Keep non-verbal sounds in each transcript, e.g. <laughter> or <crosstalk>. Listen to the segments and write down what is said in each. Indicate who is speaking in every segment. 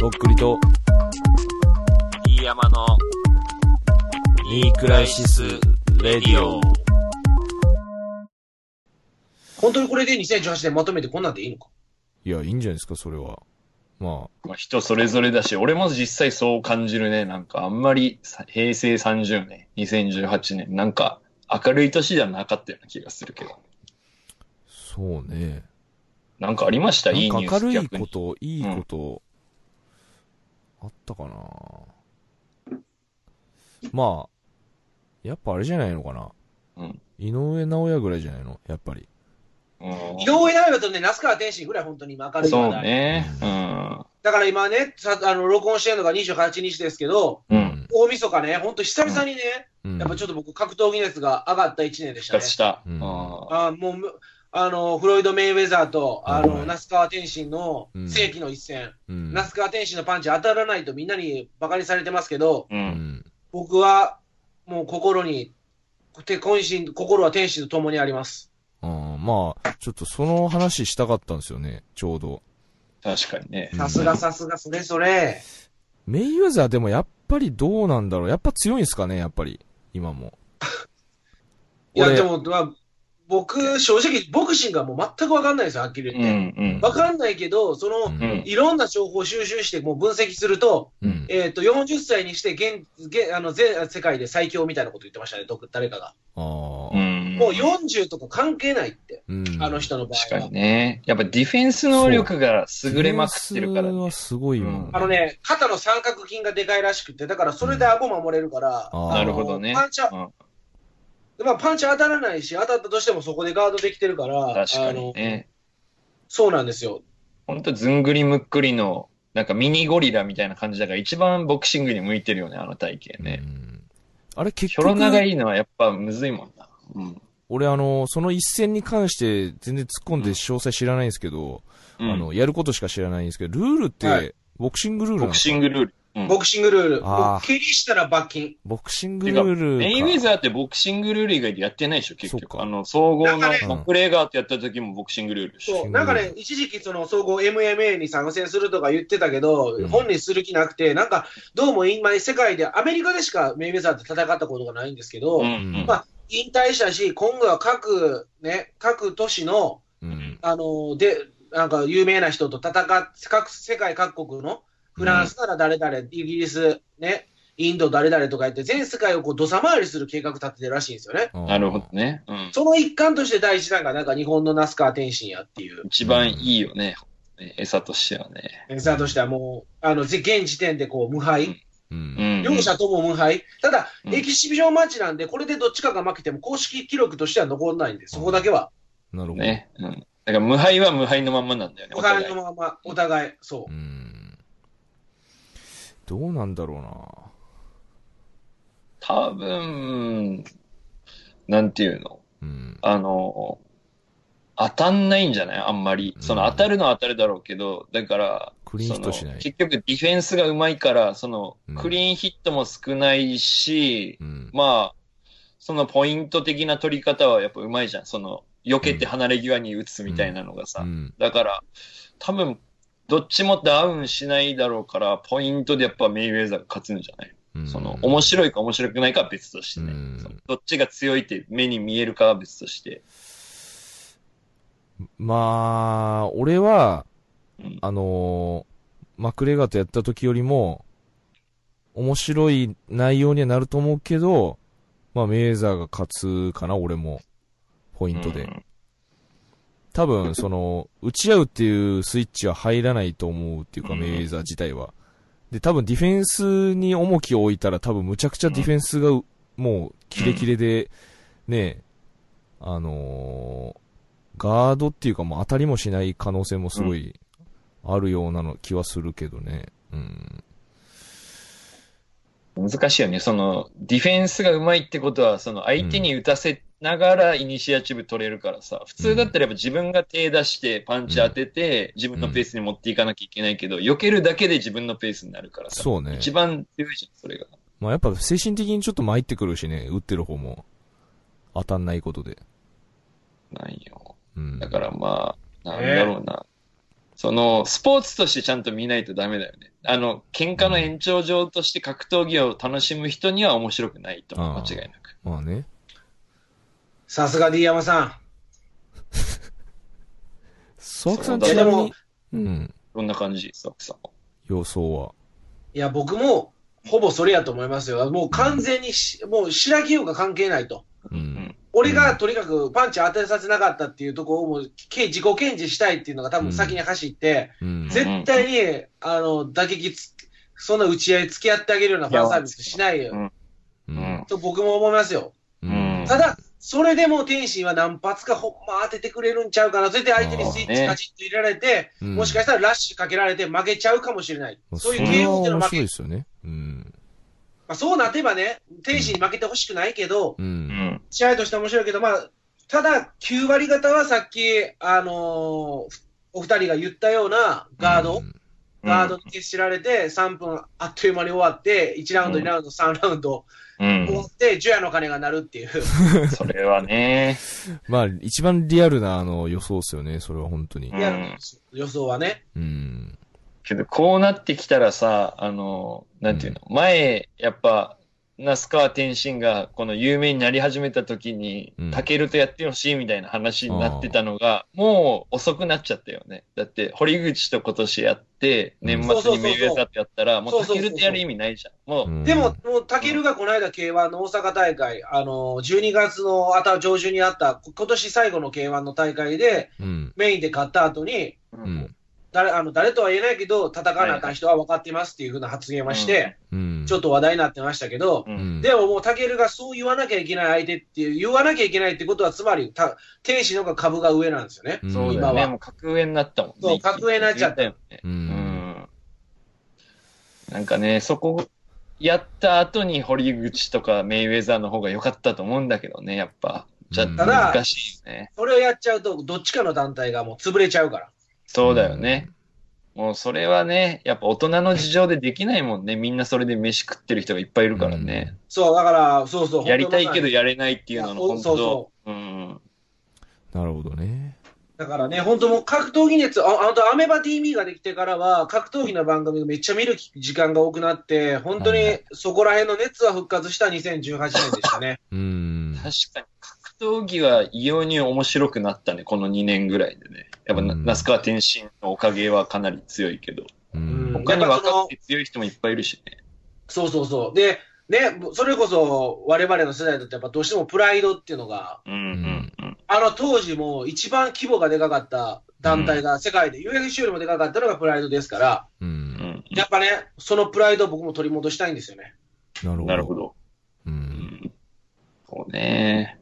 Speaker 1: とっくりと、
Speaker 2: 飯山の、ニークライシス・レディオ。
Speaker 3: 本当にこれで2018年まとめてこんなんでいいのか
Speaker 1: いや、いいんじゃないですか、それは。まあ、
Speaker 4: まあ、人それぞれだし、俺も実際そう感じるね。なんかあんまりさ平成30年、2018年、なんか明るい年じゃなかったような気がするけど。
Speaker 1: そうね。
Speaker 4: なんかありましたいい
Speaker 1: な
Speaker 4: ニ
Speaker 1: ん
Speaker 4: ュ
Speaker 1: か明
Speaker 4: ース
Speaker 1: るい
Speaker 4: 逆
Speaker 1: こ
Speaker 4: に。
Speaker 1: と、いい
Speaker 4: うん
Speaker 1: こと、あったかなまあ、やっぱあれじゃないのかな。
Speaker 4: うん
Speaker 1: 井上直弥ぐらいじゃないのやっぱり。
Speaker 4: うん
Speaker 3: 井上尚弥とね、那須川天心ぐらい本当に今明るい
Speaker 4: そ
Speaker 3: 話
Speaker 4: う
Speaker 3: 題
Speaker 4: ね。うん。
Speaker 3: だから今ね、さあの、録音してるのが28日ですけど、
Speaker 4: う。。
Speaker 1: うん
Speaker 3: 大晦日ね、本当久々にね、
Speaker 1: うん
Speaker 3: やっぱちょっと僕格闘技熱が上がった1年でし
Speaker 4: 復
Speaker 3: たね
Speaker 4: 活。した。
Speaker 1: うん
Speaker 4: あ
Speaker 3: あもうむ、あの、フロイド・メイウェザーと、あ
Speaker 1: は
Speaker 3: の、
Speaker 1: い
Speaker 3: 那須川天心の
Speaker 1: うん
Speaker 3: 世紀の一戦。
Speaker 1: うん。
Speaker 3: 那須川天心のパンチ当たらないとみんなに馬鹿にされてますけど、
Speaker 4: ーう。
Speaker 1: うんん。
Speaker 3: 僕はもう心に、て渾身、心は天心と共にあります。
Speaker 1: あーまあ、ちょっとその話したかったんですよね、ちょうど。
Speaker 4: 確かにね。
Speaker 3: さすがさすが、それそれ。
Speaker 1: メイウェザーでもやっぱりどうなんだろうやっぱ強いんですかねやっぱり。今も。
Speaker 3: いや、
Speaker 1: 俺
Speaker 3: でも、まあ、僕、正直、ボクシングはもう全くわかんないですよ、はっきり
Speaker 4: う
Speaker 3: 言って。
Speaker 4: んうん。
Speaker 3: わ、かんないけど、その、
Speaker 4: ん
Speaker 3: いろんな情報を収集して、もう分析すると、
Speaker 1: うん。
Speaker 3: えっ、と、40歳にして現、現、あの、全世界で最強みたいなこと言ってましたね、どっか誰かが。
Speaker 1: ああ
Speaker 4: う。ん。
Speaker 3: もう40とか関係ないって、
Speaker 1: うん。
Speaker 3: あの人の場
Speaker 4: 確
Speaker 3: 合
Speaker 4: か
Speaker 3: は
Speaker 4: に。ね。やっぱディフェンス能力が優れまくってるから
Speaker 1: 点数
Speaker 4: ね
Speaker 1: は。すごいもん、
Speaker 4: うん
Speaker 3: あのね、肩の三角筋がでかいらしくて、だからそれで顎守れるから、
Speaker 1: うんあー
Speaker 3: あの
Speaker 4: なるほどね。
Speaker 3: パンチャ
Speaker 4: うん
Speaker 3: まあ、パンチ当たらないし、当たったとしてもそこでガードできてるから、
Speaker 4: 確か
Speaker 3: あの
Speaker 4: にね。
Speaker 3: そうなんですよ。
Speaker 4: ほんとずんぐりむっくりの、なんかミニゴリラみたいな感じだから一番ボクシングに向いてるよね、あの体型
Speaker 1: う
Speaker 4: ね。
Speaker 1: んあれ結
Speaker 4: ひょろ長
Speaker 1: 局、
Speaker 4: いのはやっぱむずいもんな。うん。
Speaker 1: 俺あの、その一戦に関して全然突っ込んで詳細知らないんですけど、
Speaker 4: うん
Speaker 1: あの、やることしか知らないんですけど、ルールっ
Speaker 3: は
Speaker 1: て、ボクシングルールな
Speaker 4: ボ
Speaker 1: の
Speaker 4: クシングルール。うん
Speaker 3: <laughs> ボクシングルール。
Speaker 1: あー
Speaker 3: もう蹴りしたら罰金。
Speaker 1: ボクシングルール
Speaker 4: メインウェ
Speaker 1: か。
Speaker 4: ザーってボクシングルール以外でやってないでしょ、結
Speaker 1: そう
Speaker 4: 局。
Speaker 1: か
Speaker 4: あの、総合の
Speaker 3: なんかね
Speaker 4: マクレーガーってやった時もボクシングルールでしょ。
Speaker 3: そう、なんかね、一時期その総合 MMA に参戦するとか言ってたけど、
Speaker 1: うん
Speaker 3: 本人する気なくて、なんか、どうも今世界で、アメリカでしかメイウェザーって戦ったことがないんですけど、
Speaker 4: うん
Speaker 1: うん
Speaker 3: まあ引退したし、今後は各、ね、各都市の、
Speaker 1: うん。
Speaker 3: あので、なんか有名な人と戦っ、各世界各国の、フランスなら誰々、イギリス、ね、インド誰々とか言って、全世界をこう、土佐回りする計画立ててるらしいんですよね。
Speaker 1: あー
Speaker 4: なるほど。ね。うん。
Speaker 3: その一環として第一弾が、なんか日本の那須川天心やっていう。
Speaker 4: 一番いいよね。ね餌としてはね。
Speaker 3: エンサーとしてはもう、あの、ぜ現時点でこう、無敗。
Speaker 1: う。
Speaker 4: うんん。
Speaker 3: 両者とも無敗。ただ、
Speaker 4: うん
Speaker 3: エキシビションマッチなんで、これでどっちかが負けても公式記録としては残らないんで、そこだけは。
Speaker 1: なるほど。
Speaker 4: ね。うん。だから無敗は無敗のまんまなんだよね。
Speaker 3: 無
Speaker 4: お
Speaker 3: 敗
Speaker 4: 互い
Speaker 3: のまま、お互い、そうう。
Speaker 1: ん。どうなんだろうな。
Speaker 4: 多分、なんていうの
Speaker 1: うん。
Speaker 4: あの、当たんないんじゃないあんまり。その
Speaker 1: うん
Speaker 4: 当たるのは当たるだろうけど、だから、
Speaker 1: クリーンヒットしない
Speaker 4: その結局ディフェンスがうまいから、その
Speaker 1: うん、
Speaker 4: クリーンヒットも少ないし、
Speaker 1: うん。
Speaker 4: まあ、そのポイント的な取り方はやっぱうまいじゃん。その、避けて離れ際に打つみたいなのがさ。
Speaker 1: うん。
Speaker 4: だから、多分、どっちもダウンしないだろうから、ポイントでやっぱメイウェザーが勝つんじゃない
Speaker 1: うん
Speaker 4: その、面白いか面白くないかは別としてね。
Speaker 1: うん
Speaker 4: そのどっちが強いって目に見えるかは別として。
Speaker 1: まあ、俺は
Speaker 4: うん、
Speaker 1: あのーマクレガーとやった時よりも、面白い内容にはなると思うけど、まあ、メーザーが勝つかな、俺も。ポイントで。
Speaker 4: うん
Speaker 1: 多分、その、打ち合うっていうスイッチは入らないと思うっていうか、
Speaker 4: うん
Speaker 1: メイザー自体は。で、多分ディフェンスに重きを置いたら、多分むちゃくちゃディフェンスがう、もう、キレキレで、ね、あのーガードっていうかもう当たりもしない可能性もすごい、あるようなの気はするけどね。うん。
Speaker 4: 難しいよね。その、ディフェンスがうまいってことは、その相手に打たせながらイニシアチブ取れるからさ、普通だったらやっぱ自分が手出してパンチ当てて、自分のペースに持っていかなきゃいけないけど、避けるだけで自分のペースになるからさ、
Speaker 1: そうね。
Speaker 4: 一番強いじゃん、それが。
Speaker 1: まあやっぱ精神的にちょっと参ってくるしね、打ってる方も。当たんないことで。
Speaker 4: なんよ。
Speaker 1: うん。
Speaker 4: だからまあ、なん
Speaker 3: ね
Speaker 4: だろうな。その、スポーツとしてちゃんと見ないとダメだよね。あの、喧嘩の延長上として格闘技を楽しむ人には面白くないと。
Speaker 1: あ
Speaker 4: 間
Speaker 1: ー
Speaker 4: 違いなく。
Speaker 1: まあね。
Speaker 3: さすが D 山さん。
Speaker 1: ソワクさん
Speaker 4: そう
Speaker 1: ち
Speaker 4: だ
Speaker 1: な
Speaker 3: ね
Speaker 1: みに、うん、
Speaker 4: どんな感じサクさんは。
Speaker 1: 予想は。
Speaker 3: いや、僕も、ほぼそれやと思いますよ。もう完全にし、もう白木優が関係ないと。
Speaker 1: う。
Speaker 4: うんん。
Speaker 3: 俺がとにかくパンチ当てさせなかったっていうところをもうけ自己検事したいっていうのが多分先に走って、
Speaker 1: うん。
Speaker 3: 絶対に、あの、打撃つ、そんな打ち合い付き合ってあげるようなファンサービスしないよ。
Speaker 1: う
Speaker 4: うんん。
Speaker 3: と僕も思いますよ。
Speaker 1: うん。
Speaker 3: ただ、それでも天心は何発かほんま当ててくれるんちゃうかな。それで相手にスイッ
Speaker 4: あー
Speaker 3: チ
Speaker 4: ね
Speaker 3: カチッと入れられて、
Speaker 1: うん
Speaker 3: もしかしたらラッシュかけられて負けちゃうかもしれない。
Speaker 1: まあ
Speaker 3: そういう
Speaker 1: それ
Speaker 3: KO
Speaker 1: は
Speaker 3: っての
Speaker 1: 面
Speaker 3: は負
Speaker 1: 白い
Speaker 3: け、ま
Speaker 1: ですよね。うん。
Speaker 3: あ、そうなってばね、天心に負けてほしくないけど、
Speaker 1: う。
Speaker 4: うんん。
Speaker 3: 試合としては面白いけど、まあ、ただ、9割方はさっき、あのーお二人が言ったようなガード、
Speaker 1: うん
Speaker 3: ガードに徹しられて、3分あっという間に終わって、1ラウンド、
Speaker 4: うん
Speaker 3: 2ラウンド、3ラウンド
Speaker 4: う
Speaker 3: 終わ
Speaker 4: ん。
Speaker 3: って、除夜の鐘が鳴るっていう。
Speaker 4: <laughs> それはね。
Speaker 1: まあ、一番リアルな、あの、予想ですよね。それは本当に
Speaker 4: う。
Speaker 3: リアルなん予。想予想はね。
Speaker 1: うん。
Speaker 4: けど、こうなってきたらさ、あの、なんていうの、前、やっぱ、那須川天心が、この有名になり始めた時に
Speaker 1: うん、
Speaker 4: タケルとやってほしいみたいな話になってたのが、もう遅くなっちゃったよね。だって、堀口と今年やって、
Speaker 1: うん
Speaker 4: 年末にメイウェザーってやったら、も
Speaker 3: そう
Speaker 4: う
Speaker 3: そ
Speaker 4: タ
Speaker 3: うそう
Speaker 4: ケルってやる意味ないじゃん。も
Speaker 1: う
Speaker 4: う、
Speaker 1: ん
Speaker 3: でも、、もう、たけるがこの間 K1 の大阪大会、あの、12月のあた上旬にあった、こ今年最後の K1 の大会で、
Speaker 1: うん。
Speaker 3: メインで勝った後に、
Speaker 1: うん。
Speaker 3: 誰、あの、誰とは言えないけど、戦わなあかん人は分かってますっていうふうな発言はして、
Speaker 1: うん。
Speaker 3: ちょっ
Speaker 1: と、
Speaker 3: と話題になってましたけど
Speaker 4: う、
Speaker 1: うんん。
Speaker 3: でももう、たけるがそう言わなきゃいけない相手っていう、言わなきゃいけないってことは、つまり、た天使の方が株が上なんですよね。
Speaker 1: うん
Speaker 4: そうだ
Speaker 3: 今
Speaker 4: よ
Speaker 3: は
Speaker 4: ね。もう格上になったもんね。
Speaker 3: そう格上になっちゃった
Speaker 4: よね。
Speaker 1: う。
Speaker 4: うんん。なんかね、そこ、やった後に堀口とかメイウェザーの方が良かったと思うんだけどね、やっぱ。ちょっ
Speaker 1: た
Speaker 4: と
Speaker 3: だ
Speaker 4: 難しいよね。
Speaker 3: それをやっちゃうと、どっちかの団体がもう潰れちゃうから。
Speaker 4: そうだよね。もうそれはね、やっぱ大人の事情でできないもんね。みんなそれで飯食ってる人がいっぱいいるからね。
Speaker 3: そう、だから、そうそう、
Speaker 4: やりたいけど
Speaker 3: 本
Speaker 4: やれないっていうのの
Speaker 3: いや
Speaker 4: 本
Speaker 3: そう
Speaker 4: 当
Speaker 3: そ、
Speaker 4: うん。
Speaker 1: なるほどね。
Speaker 3: 当だからね、本当もう格闘技熱、ああとアメバ TV ができてからは、格闘技の番組めっちゃ見る時間が多くなって、本当
Speaker 1: はいは
Speaker 3: にそこら辺の熱は復活した2018年でしたね。 <laughs>
Speaker 1: うん。
Speaker 4: 確かに格闘技は異様に面白くなったね、この2年ぐらいでね。やっぱな、
Speaker 1: うん
Speaker 4: 那須川天心のおかげはかなり強いけど。
Speaker 1: うん。
Speaker 4: 他に分かって強い人もいっぱいいるしね。
Speaker 3: そうそうそう。で、ね、それこそ我々の世代だとやっぱどうしてもプライドっていうのが、
Speaker 4: うんうんうん。
Speaker 3: あの当時も一番規模がでかかった団体が世界で、UFC よりもでかかったのがプライドですから、
Speaker 1: う。
Speaker 4: うんん
Speaker 3: やっぱね、そのプライドを僕も取り戻したいんですよね。
Speaker 1: なるほど。
Speaker 4: なるほ。ど。
Speaker 1: う。
Speaker 4: うんんそうね。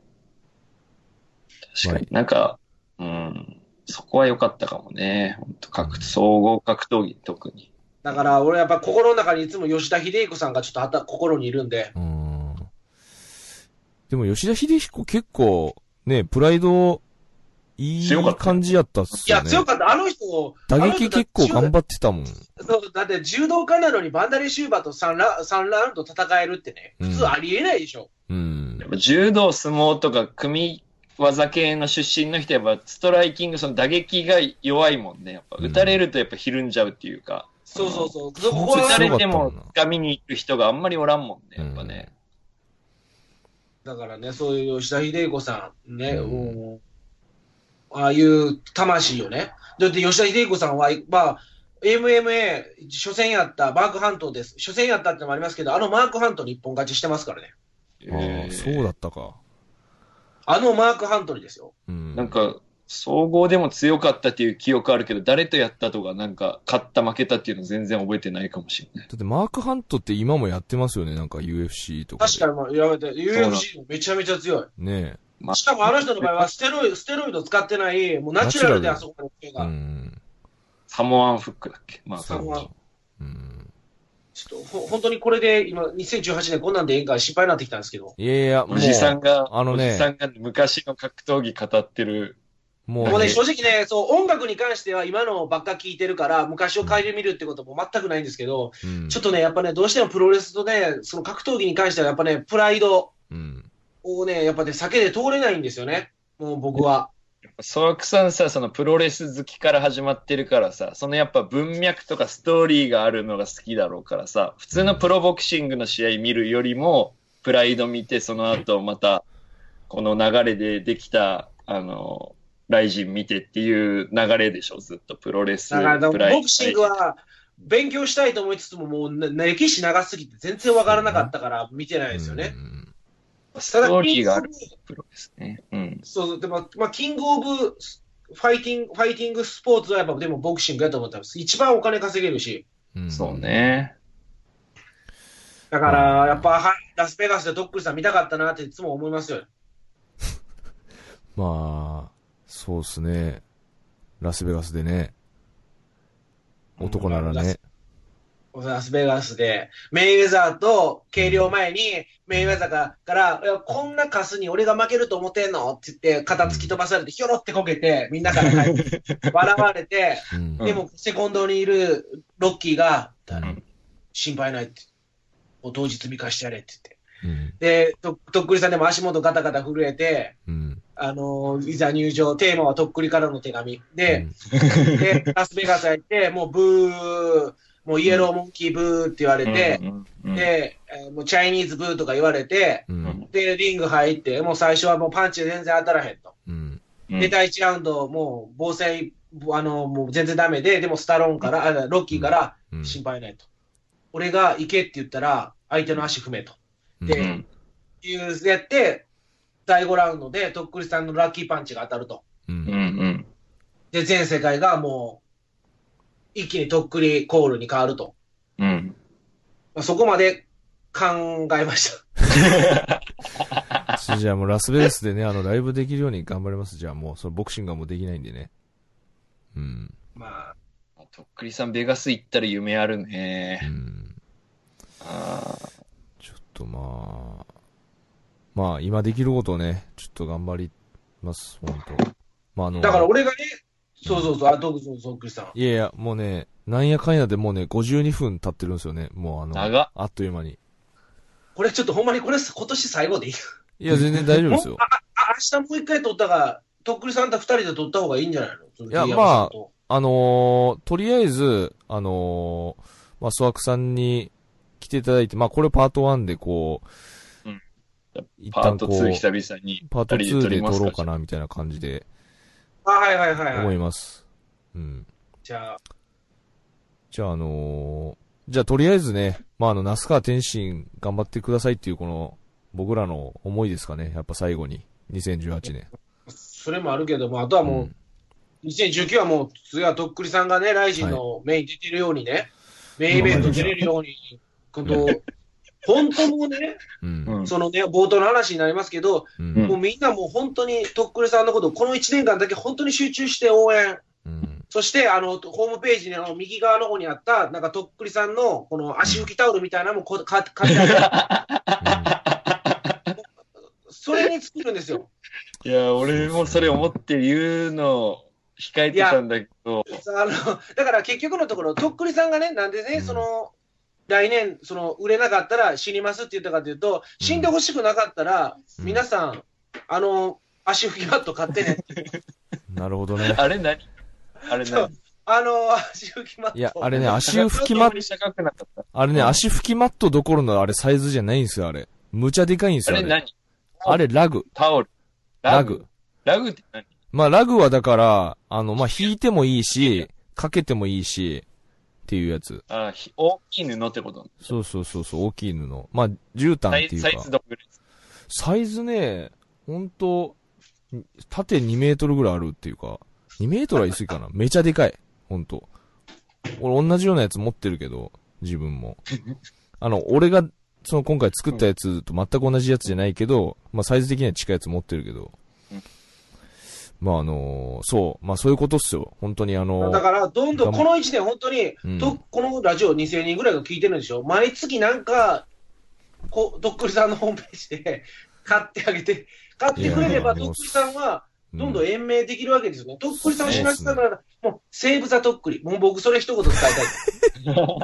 Speaker 4: 確か
Speaker 1: はい
Speaker 4: になんか、うん、そこは良かったかもね。本当格総合格闘技特に。
Speaker 3: だから俺やっぱ心の中にいつも吉田秀彦さんがちょっとあった心にいるんで、
Speaker 1: うん。でも、吉田秀彦結構、ね、プライド、いい
Speaker 4: 強かったよ
Speaker 1: 感じやったっ
Speaker 3: い
Speaker 1: すよ
Speaker 3: や、
Speaker 1: ね。
Speaker 3: 強かった。あの人、
Speaker 1: 打撃結構頑張ってたもん。
Speaker 3: そう、だって柔道家なのにバンダレシューバーと3ラ ,3 ラウンド戦えるってね、
Speaker 1: うん
Speaker 3: 普通ありえないでしょ。
Speaker 1: うん
Speaker 4: や。っぱ柔道、相撲とか組技系の出身の人はやっぱストライキング、その打撃が弱いもんね。やっぱ
Speaker 1: うん
Speaker 4: 打たれるとやっぱひるんじゃうっていうか。
Speaker 3: そうそうそう。そこ
Speaker 1: う
Speaker 4: 打
Speaker 3: は
Speaker 1: そ
Speaker 4: た
Speaker 1: う
Speaker 3: ね、
Speaker 4: れても掴みに行く人があんまりおらんもんね、やっぱね。
Speaker 3: だからね、そういう吉田秀彦さん、ね、
Speaker 1: う
Speaker 3: うんああいう魂をね。だって吉田秀彦さんは、まあ、MMA、初戦やったマークハントです。初戦やったってのもありますけど、あのマークハントに一本勝ちしてますからね。
Speaker 1: あ
Speaker 4: え
Speaker 1: あ、
Speaker 4: ー
Speaker 1: そうだったか。
Speaker 3: あのマークハントにですよ。
Speaker 1: うん。
Speaker 4: なん、か、総合でも強かったっていう記憶あるけど、誰とやったとか、なんか、勝った負けたっていうの全然覚えてないかもしれない。
Speaker 1: だってマークハントって今もやってますよね、なんか UFC とかで。
Speaker 3: 確かに、まあ、やめて、UFC もめちゃめちゃ強い。
Speaker 1: ね
Speaker 4: まあ
Speaker 3: しかもあの人の場合はステロイド、ステロイド使ってない、もうナチュラルであそこの手
Speaker 1: え。う
Speaker 3: が、
Speaker 1: ん。
Speaker 4: サモアンフックだっけまあ、
Speaker 3: サモ
Speaker 1: なる
Speaker 3: アン
Speaker 1: ほどうん。
Speaker 3: ちょっとほ本当にこれで今、2018年こんなんでええんか心配になってきたんですけど、
Speaker 1: いやいや、も
Speaker 4: おじさん
Speaker 1: う、
Speaker 4: が、
Speaker 1: あのね
Speaker 4: おじさんが昔の格闘技語ってる、
Speaker 1: も
Speaker 3: も
Speaker 1: う
Speaker 3: う
Speaker 1: ね
Speaker 3: ね、、正直ね、そう、音楽に関しては今のばっか聞いてるから、昔を変えてみるってことも全くないんですけど、
Speaker 1: うん
Speaker 3: ちょっとね、やっぱね、どうしてもプロレスとね、その格闘技に関してはやっぱね、プライド
Speaker 1: うん。
Speaker 3: をね、やっぱね、避けて通れないんですよね、もう僕は。
Speaker 4: そらくさんさ、そのプロレス好きから始まってるからさ、そのやっぱ文脈とかストーリーがあるのが好きだろうからさ、普通のプロボクシングの試合見るよりも、プライド見て、その後また、この流れでできた、あの、ライジン見てっていう流れでしょ、ずっとプロレス。
Speaker 3: だから、
Speaker 4: プライド
Speaker 3: ボクシングは勉強したいと思いつつも、もうね歴史長すぎて全然わからなかったから見てないですよね。
Speaker 1: うん
Speaker 4: ストーリーがあるプロレスね。うん。
Speaker 3: そうそう、でも、まあ、キングオブファイティング、ファイティングスポーツはやっぱでもボクシングやと思ったんです。一番お金稼げるし。
Speaker 1: うん
Speaker 4: そうね。
Speaker 3: だから、やっぱ、はラスベガスでドックリさん見たかったなっていつも思いますよ。
Speaker 1: まあ、そうっすね。ラスベガスでね。男なら
Speaker 3: ラ
Speaker 1: ね
Speaker 3: ス。ラスベガスで、メイウェザーと計量前に、メイウェザーがから、いやこんなカスに俺が負けると思ってんのって言って、肩突き飛ばされて、ひょろってこけて、みんなから帰って笑われて、
Speaker 1: うん
Speaker 4: うん
Speaker 3: でも、セコンドにいるロッキーが、
Speaker 1: うん
Speaker 3: 心配ないって、もう当日見返してやれって言って。
Speaker 1: うん
Speaker 3: で、ととっくりさんでも足元ガタガタ震えて、
Speaker 1: うん
Speaker 3: あのーいざ入場、テーマはとっくりからの手紙。で、
Speaker 1: うん
Speaker 3: で、ラスベガス入って、もうブー、もうイエローモンキーブーって言われて、
Speaker 4: うんうん
Speaker 3: で、えーもうチャイニーズブーとか言われて、
Speaker 1: うん
Speaker 4: うん
Speaker 3: で、リング入って、もう最初はもうパンチで全然当たらへんと。
Speaker 1: うん
Speaker 4: うん
Speaker 3: で、第1ラウンド、もう防戦、あの、もう全然ダメで、でもスタローンから、あロッキーから
Speaker 1: うん
Speaker 3: 心配ないと。俺が行けって言ったら、相手の足踏めと。で
Speaker 4: う
Speaker 1: うん
Speaker 4: ん
Speaker 3: いう、やって、第5ラウンドで、とっくりさんのラッキーパンチが当たると。
Speaker 1: う
Speaker 4: うんん
Speaker 3: で、全世界がもう、一気にとっくりコールに変わると。
Speaker 4: うん
Speaker 3: <laughs>
Speaker 4: うん
Speaker 3: まあ、そこまで考えました。 <laughs>
Speaker 1: じゃあもうラスベガスでね、あの、ライブできるように頑張ります。じゃあもう、そのボクシングはもうできないんでね。うん。
Speaker 3: まあ、
Speaker 4: とっくりさん、ベガス行ったら夢あるね
Speaker 1: う。ん。
Speaker 4: あー
Speaker 1: ちょっとまあ、まあ今できることをね、ちょっと頑張ります、本当まああの、
Speaker 3: だから俺がね、そうそうそう、あ、どうぞ、そっくりさん。
Speaker 1: いやいや、もうね、なんやかんやでもうね、52分経ってるんですよね。もうあの、
Speaker 4: 長っ
Speaker 1: あっという間に。
Speaker 3: これちょっとほんまにこれ今年最後でいい
Speaker 1: いや、全然大丈夫ですよ
Speaker 4: <laughs>
Speaker 3: もう。ああ明日もう一回撮ったが、とっくりさんと二人で撮った方がいいんじゃないの
Speaker 1: いやまああのーとりあえず、あのーまあ、ソワクさんに来ていただいて、まあ、これパート1でこう、
Speaker 4: うん
Speaker 1: 一
Speaker 4: パー
Speaker 1: 旦
Speaker 4: ト
Speaker 1: こう、
Speaker 4: 2久々に。
Speaker 1: パート2で撮ろうか
Speaker 4: な。
Speaker 1: な、みたいな感じで
Speaker 3: あ、はいはいはい、
Speaker 1: 思
Speaker 3: はいい。
Speaker 1: ます。うん。
Speaker 3: じゃあ、
Speaker 1: じゃあ、あのーじゃあ、とりあえずね、まあ、あの、那須川天心頑張ってくださいっていう、この、僕らの思いですかね、やっぱ最後に。2018年。
Speaker 3: それもあるけども、あとはも
Speaker 1: ん
Speaker 3: う、2019はもう、次はとっくりさんがね、ライジンのメイン出てるようにね、メインイベント出れるように、こと、本当もうね、
Speaker 1: うん。
Speaker 4: うん
Speaker 3: そのね、冒頭の話になりますけど、
Speaker 1: うん
Speaker 4: うん
Speaker 3: もうみんなもう本当にとっくりさんのことをこの1年間だけ本当に集中して応援、
Speaker 1: うん。
Speaker 3: そしてあのホームページの右側の方にあった、なんかとっくりさんのこの足拭きタオルみたいなのもこ買買ってあげ
Speaker 1: <laughs>
Speaker 3: たそれに作るんですよ。
Speaker 4: いや、俺もそれ思って言うの控えてたんだけど。
Speaker 3: あのだから結局のところ、とっくりさんがね、なんでね、
Speaker 1: うん
Speaker 3: その来年その、売れなかったら死にますって言ったかというと、死んでほしくなかったら、
Speaker 1: うん
Speaker 3: <laughs> 皆さん、あの足拭きバット買ってね、
Speaker 1: なるほどね。
Speaker 4: あれ何あれ何
Speaker 3: あの足拭きバット。
Speaker 1: いや、あれ <laughs> ね、足を拭きま、
Speaker 4: ちょっとあんまり高くなかった
Speaker 1: あれね、
Speaker 4: うん
Speaker 1: 足拭きマットどころのあれサイズじゃないんですよ、あれ。むちゃでかいんですよ、
Speaker 4: あ
Speaker 1: あ
Speaker 4: れ
Speaker 1: れ。
Speaker 4: 何
Speaker 1: あれ、ラグ。
Speaker 4: タオル。
Speaker 1: ラグ。。
Speaker 4: ラグって何
Speaker 1: まあ、ラグはだから、あの、まあ、引いてもいいし、かけてもいいし、っていうやつ。
Speaker 4: あーひ大きい布ってこと
Speaker 1: そうそうそう、そう大きい布。まあ、絨
Speaker 4: サ
Speaker 1: 毯っ
Speaker 4: イ
Speaker 1: て
Speaker 4: ズ
Speaker 1: いうか
Speaker 4: サイ。ズどん
Speaker 1: <laughs>
Speaker 4: ぐらいですか
Speaker 1: サイズね、ほんと、縦2メートルぐらいあるっていうか、2メートルは言い過ぎかな。めちゃでかい。ほんと。俺同じようなやつ持ってるけど、自分も。あの、俺が、その今回作ったやつと全く同じやつじゃないけど、まあサイズ的には近いやつ持ってるけど
Speaker 4: うん。
Speaker 1: まああのーそう。まあそういうことっすよ。本当にあの
Speaker 3: だ
Speaker 1: ー
Speaker 3: から、どんどんこの1年、本当に、
Speaker 1: うん
Speaker 3: とこのラジオ2000人ぐらいが聞いてるんでしょ、毎月なんか、こどっくりさんのホームページで <laughs> 買ってあげて、買ってくれれば、
Speaker 1: いやいや
Speaker 3: ど
Speaker 1: も
Speaker 3: っ
Speaker 1: う
Speaker 3: くりさんはどんどん延命できるわけですよね、とっくりさんを知らせたから、もう、セーブ・ザ・とっくり、もう僕、それ一言伝えたい。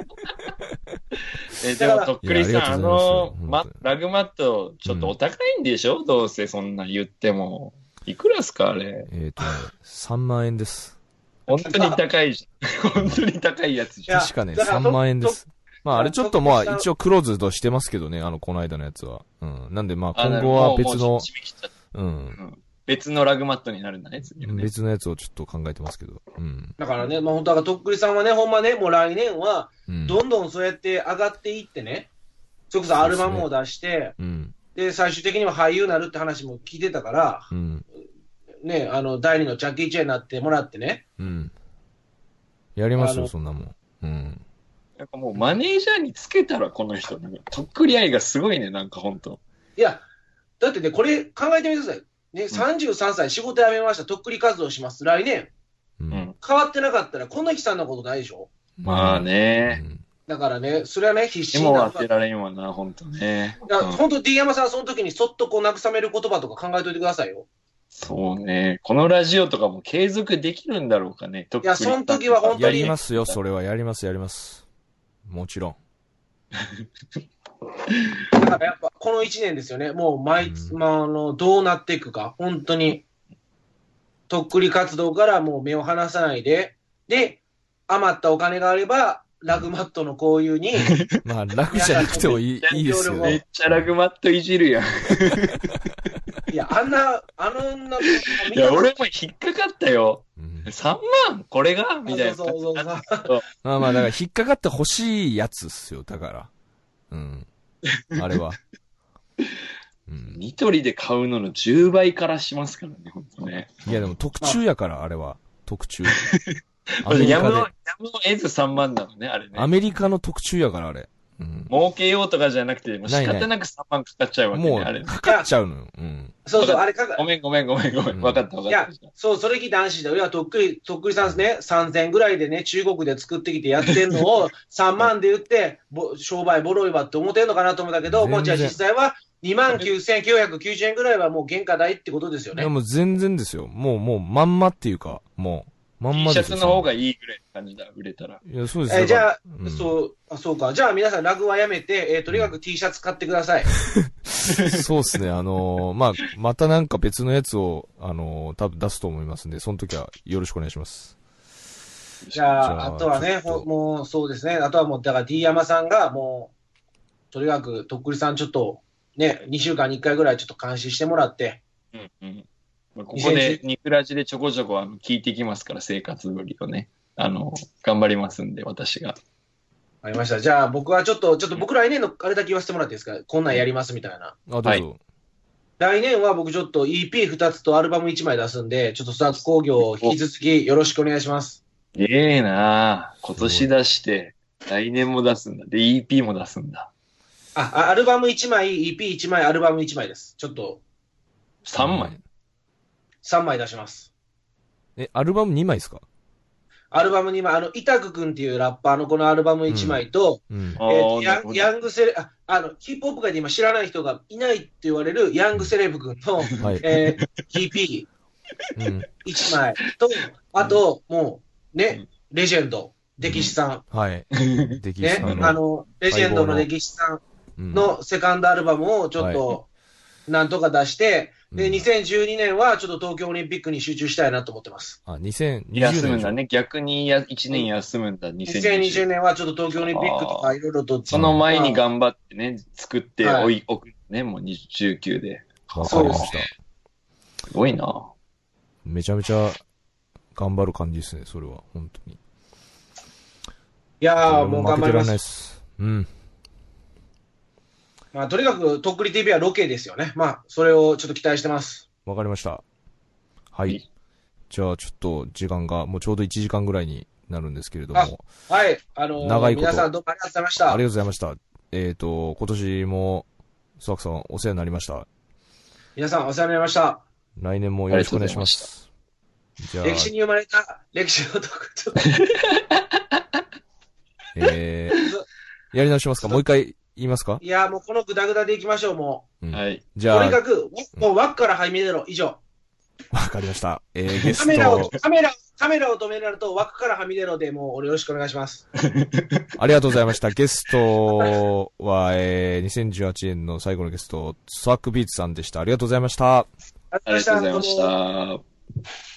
Speaker 4: えでも、
Speaker 3: だから
Speaker 4: とっくり
Speaker 1: いや
Speaker 4: さん、
Speaker 1: あ
Speaker 4: あ
Speaker 1: りがとうございます
Speaker 4: の、
Speaker 1: 本当に
Speaker 4: ま、ラグマット、ちょっとお高いんでしょ、どうせそんな言っても。いくらっすか、あれ。
Speaker 1: えっ、とね、3万円です。
Speaker 4: 本当に高いじ
Speaker 3: <laughs>
Speaker 4: ゃん。本当に高いやつじ
Speaker 3: いや
Speaker 4: ゃん。
Speaker 1: 確かね、
Speaker 3: だから
Speaker 1: 3万円です。まあ、あれちょっとまあ、
Speaker 3: ちょっと
Speaker 1: 一応クローズドしてますけどね、あの、この間のやつは。うん。なんでまあ、
Speaker 4: あ
Speaker 1: 今後は
Speaker 4: なるほ
Speaker 1: 別
Speaker 4: どもうもう
Speaker 1: の、
Speaker 4: 締め切っちゃっ
Speaker 1: うん。
Speaker 4: た別のラグマットになるんだね、次はね。
Speaker 1: 別のやつをちょっと考えてますけど。うん。
Speaker 3: だからね、まあ本当だからとっくりさんはね、ほんまね、もう来年は、
Speaker 1: うん。
Speaker 3: どんどんそうやって上がっていってね、それこそアルバムも出して、
Speaker 1: うん。
Speaker 3: で、最終的には俳優になるって話も聞いてたから、
Speaker 1: うん。
Speaker 3: ね、あの、第二のジャッキー・チェンになってもらってね、
Speaker 1: うん。やります
Speaker 3: あ
Speaker 1: よ、
Speaker 3: の
Speaker 1: そんなもん。うん。
Speaker 4: なんかもうマネージャーにつけたら、この人。なんかとっくり愛がすごいね、なんか本当。
Speaker 3: いや、だってね、これ考えてみてください。ね、33歳、仕事辞めました、とっくり活動します。来年、
Speaker 1: う。
Speaker 4: うんん。
Speaker 3: 変わってなかったら、こんな悲惨なことないでしょ
Speaker 4: まあ
Speaker 1: う
Speaker 4: ね。
Speaker 1: ん。
Speaker 3: だからね、それはね、必
Speaker 4: で
Speaker 3: 死にな
Speaker 4: も
Speaker 3: る
Speaker 4: 当て
Speaker 3: から
Speaker 4: れんわな、本当ね。
Speaker 3: ら
Speaker 4: うん
Speaker 3: 本当、D 山さん、その時にそっとこう慰める言葉とか考えといてくださいよ。
Speaker 4: そうね。このラジオとかも継続できるんだろうかね。とっくり
Speaker 3: いやその時は本当
Speaker 1: や
Speaker 3: に
Speaker 1: りますよ、それは。やります、やります。もちろん。
Speaker 3: だからやっぱ、この1年ですよね、もう毎月、
Speaker 1: うん
Speaker 3: まあ、あのどうなっていくか、本当に、とっくり活動からもう目を離さないで、で、余ったお金があれば、ラグマットの交友
Speaker 4: <laughs>
Speaker 3: に、
Speaker 1: まあ、楽じゃなくてもいい、いいですよ
Speaker 3: <laughs> いや
Speaker 4: め
Speaker 1: ね
Speaker 4: っ。ちゃラグマットいじるやん。
Speaker 3: いや、あんな、あの女の子、
Speaker 4: いや、俺も引っかかったよ。
Speaker 1: うん
Speaker 4: 3万これがみたいな。
Speaker 3: そうそうそうそう
Speaker 1: まあまあ、だから引っかかってほしいやつっすよ、だから。うん。あれは。うん。
Speaker 4: ニトリで買うのの10倍からしますからね、本当ね。
Speaker 1: いや、でも特注やから、あれは。特
Speaker 4: <laughs>
Speaker 1: 注。アメリ
Speaker 4: やむ
Speaker 1: カ
Speaker 4: を、
Speaker 1: で
Speaker 4: や。むを得ず3万なのね、あれ
Speaker 1: ア
Speaker 4: ね。
Speaker 1: メリカの特注やから、あれ。うん。
Speaker 4: 儲けようとかじゃなくて、もう
Speaker 1: ない
Speaker 4: 仕
Speaker 1: ない
Speaker 4: 方なく3万かかっちゃうわけね、
Speaker 1: も
Speaker 4: あれ
Speaker 1: う、。かかっちゃうのよ。うん。
Speaker 3: そうそう、あれかか
Speaker 4: ごめんごめんごめんごめ
Speaker 1: うん
Speaker 4: ん。わかったわ
Speaker 3: い
Speaker 4: か
Speaker 3: や
Speaker 4: った。、
Speaker 3: そう、それ聞いて安心した。俺はとっくり、とっくりさんですね、3000ぐらいでね、中国で作ってきてやってんのを3万で売って、ぼ商売ボロいわって思ってんのかなと思ったけど、
Speaker 1: 全然
Speaker 3: もうじゃあ実際は2万9990円ぐらいはもう原価代ってことですよ
Speaker 1: いや、
Speaker 3: ね。
Speaker 1: もう全然ですよ。もう、もう、まんまっていうか、もう、まん
Speaker 4: T
Speaker 1: ま
Speaker 4: シ
Speaker 1: で
Speaker 4: ャ
Speaker 1: す
Speaker 4: ツ
Speaker 1: よ。
Speaker 4: の方がいいぐらいの感じだ、売れたら。
Speaker 1: いや、そうです
Speaker 3: え
Speaker 1: よ。
Speaker 3: じゃあ、
Speaker 1: うん
Speaker 3: そうあ、そうか。じゃあ皆さん、ラグはやめて、えーとにかく T シャツ買ってください。
Speaker 1: そうですね。あのーまあ、またなんか別のやつを、あのー多分出すと思いますんで、その時はよろしくお願いします。
Speaker 3: じ
Speaker 1: じ
Speaker 3: ゃ
Speaker 1: ゃ
Speaker 3: あ、
Speaker 1: あ
Speaker 3: あとはね、
Speaker 1: ちょっと
Speaker 3: ほもうそうですね、あとはもう、だから D 山さんが、もう、とにかく、とっくりさん、ちょっと、ね、2週間に1回ぐらいちょっと監視してもらって、
Speaker 4: うんうん。まあここで、ニクラジでちょこちょこあの聞いてきますから、生活ぶりをね。あの、頑張りますんで、私が。
Speaker 3: ありました。じゃあ、僕はちょっと、ちょっと僕来年のあれだけ言わせてもらっていいですか、こんなんやりますみたいな。
Speaker 1: あ、どうぞ。
Speaker 4: はい
Speaker 3: 来年は僕ちょっと EP2 つとアルバム1枚出すんで、ちょっとスタッツ工業を引き続きよろしくお願いします。
Speaker 4: ええなあ今年出して、来年も出すんだ。で、EP も出すんだ。
Speaker 3: あ、あアルバム1枚、EP1 枚、アルバム1枚です。ちょっと、
Speaker 4: 3枚。
Speaker 3: 3枚出します。
Speaker 1: え、アルバム2枚ですか
Speaker 3: アルバム2枚、あの、イタクくんっていうラッパーのこのアルバム1枚と、
Speaker 1: うん。
Speaker 4: あ
Speaker 3: えー
Speaker 4: ー
Speaker 3: と
Speaker 4: な
Speaker 3: ヤ
Speaker 4: る
Speaker 3: ン
Speaker 4: ほ
Speaker 3: ヤ
Speaker 4: ど
Speaker 3: ングセレああのヒップホップ界で今知らない人がいないって言われるヤングセレブ君 <laughs> の、
Speaker 1: はい。
Speaker 3: えー、
Speaker 1: うん。
Speaker 3: EP1 枚と、あと、もうね、レジェンド、歴史さ
Speaker 1: はい。で
Speaker 3: ん、
Speaker 1: き
Speaker 3: ね
Speaker 1: さん
Speaker 3: あ
Speaker 1: の。
Speaker 3: の、レジェンドの歴史さ
Speaker 1: うん
Speaker 3: んのセカンドアルバムをちょっと、なんとか出して、
Speaker 1: う
Speaker 3: で、
Speaker 1: ん
Speaker 3: 2012年はちょっと東京オリンピックに集中したいなと思ってます。
Speaker 1: あ、2020
Speaker 4: 休む
Speaker 1: 年
Speaker 4: んだね。逆にや1年休むんだ、
Speaker 3: 2020
Speaker 4: 2020
Speaker 3: 年はちょっと東京オリンピックとかいろいろと、
Speaker 4: その前に頑張ってね、作って
Speaker 3: はい
Speaker 4: おい、おくね、もう19で。
Speaker 1: わかりました。
Speaker 4: すごいな
Speaker 1: めちゃめちゃ頑張る感じですね、それは。本当に。
Speaker 3: いやー、もう
Speaker 1: 負
Speaker 3: 頑
Speaker 1: け
Speaker 3: 張
Speaker 1: て
Speaker 3: り
Speaker 1: ら
Speaker 3: ま
Speaker 1: んない
Speaker 3: す
Speaker 1: で。す。うん。
Speaker 3: まあ、とにかく、とっくり TV はロケですよね。まあ、それをちょっと期待してます。
Speaker 1: わかりました。は
Speaker 4: はいい。
Speaker 1: じゃあ、ちょっと時間が、もうちょうど1時間ぐらいになるんですけれども。
Speaker 3: あはい。あのー
Speaker 1: 長いこと
Speaker 3: 皆さんどうもありがとうございました。
Speaker 1: ありがとうございました。えっ、と、今年も、スワクさんお世話になりました。
Speaker 3: 皆さんお世話になりました。
Speaker 1: 来年もよろしくお願いします。じゃあ、
Speaker 3: 歴史に生まれた歴史の特徴。 <laughs>
Speaker 1: えー、やり直しますかもう一回言いますか、
Speaker 3: いやー、もうこのグダグダでいきましょう、も
Speaker 1: うん
Speaker 4: はい。
Speaker 1: じ
Speaker 3: う。
Speaker 1: ゃ
Speaker 3: と
Speaker 1: あ
Speaker 3: に、かく、もう輪っからはいみ出ろ。以上。
Speaker 1: わかりました。えー、ゲ
Speaker 3: カ
Speaker 1: ス
Speaker 3: メラを、
Speaker 1: ト、
Speaker 3: カメラを、カメラを止められると枠からはみ出ろで、もうよろしくお願いします。
Speaker 1: ありがとうございました。ゲストは、えー、2018年の最後のゲスト、スワックビーツさんでした。ありがとうございました。
Speaker 3: あ
Speaker 4: ありがとうございました。